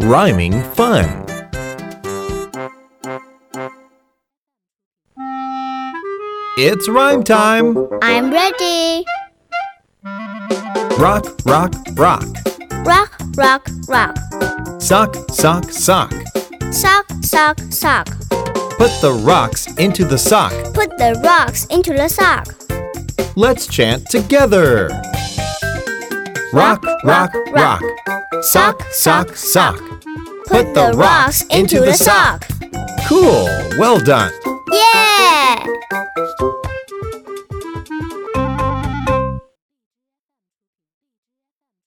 Rhyming fun. It's rhyme time. I'm ready. Rock, rock, rock. Rock, rock, rock. Sock, sock, sock. Sock, sock, sock. Put the rocks into the sock. Put the rocks into the sock. Let's chant together. Rock, rock, rock. Sock, sock, sock. Put the rocks into the sock. Cool. Well done. Yeah!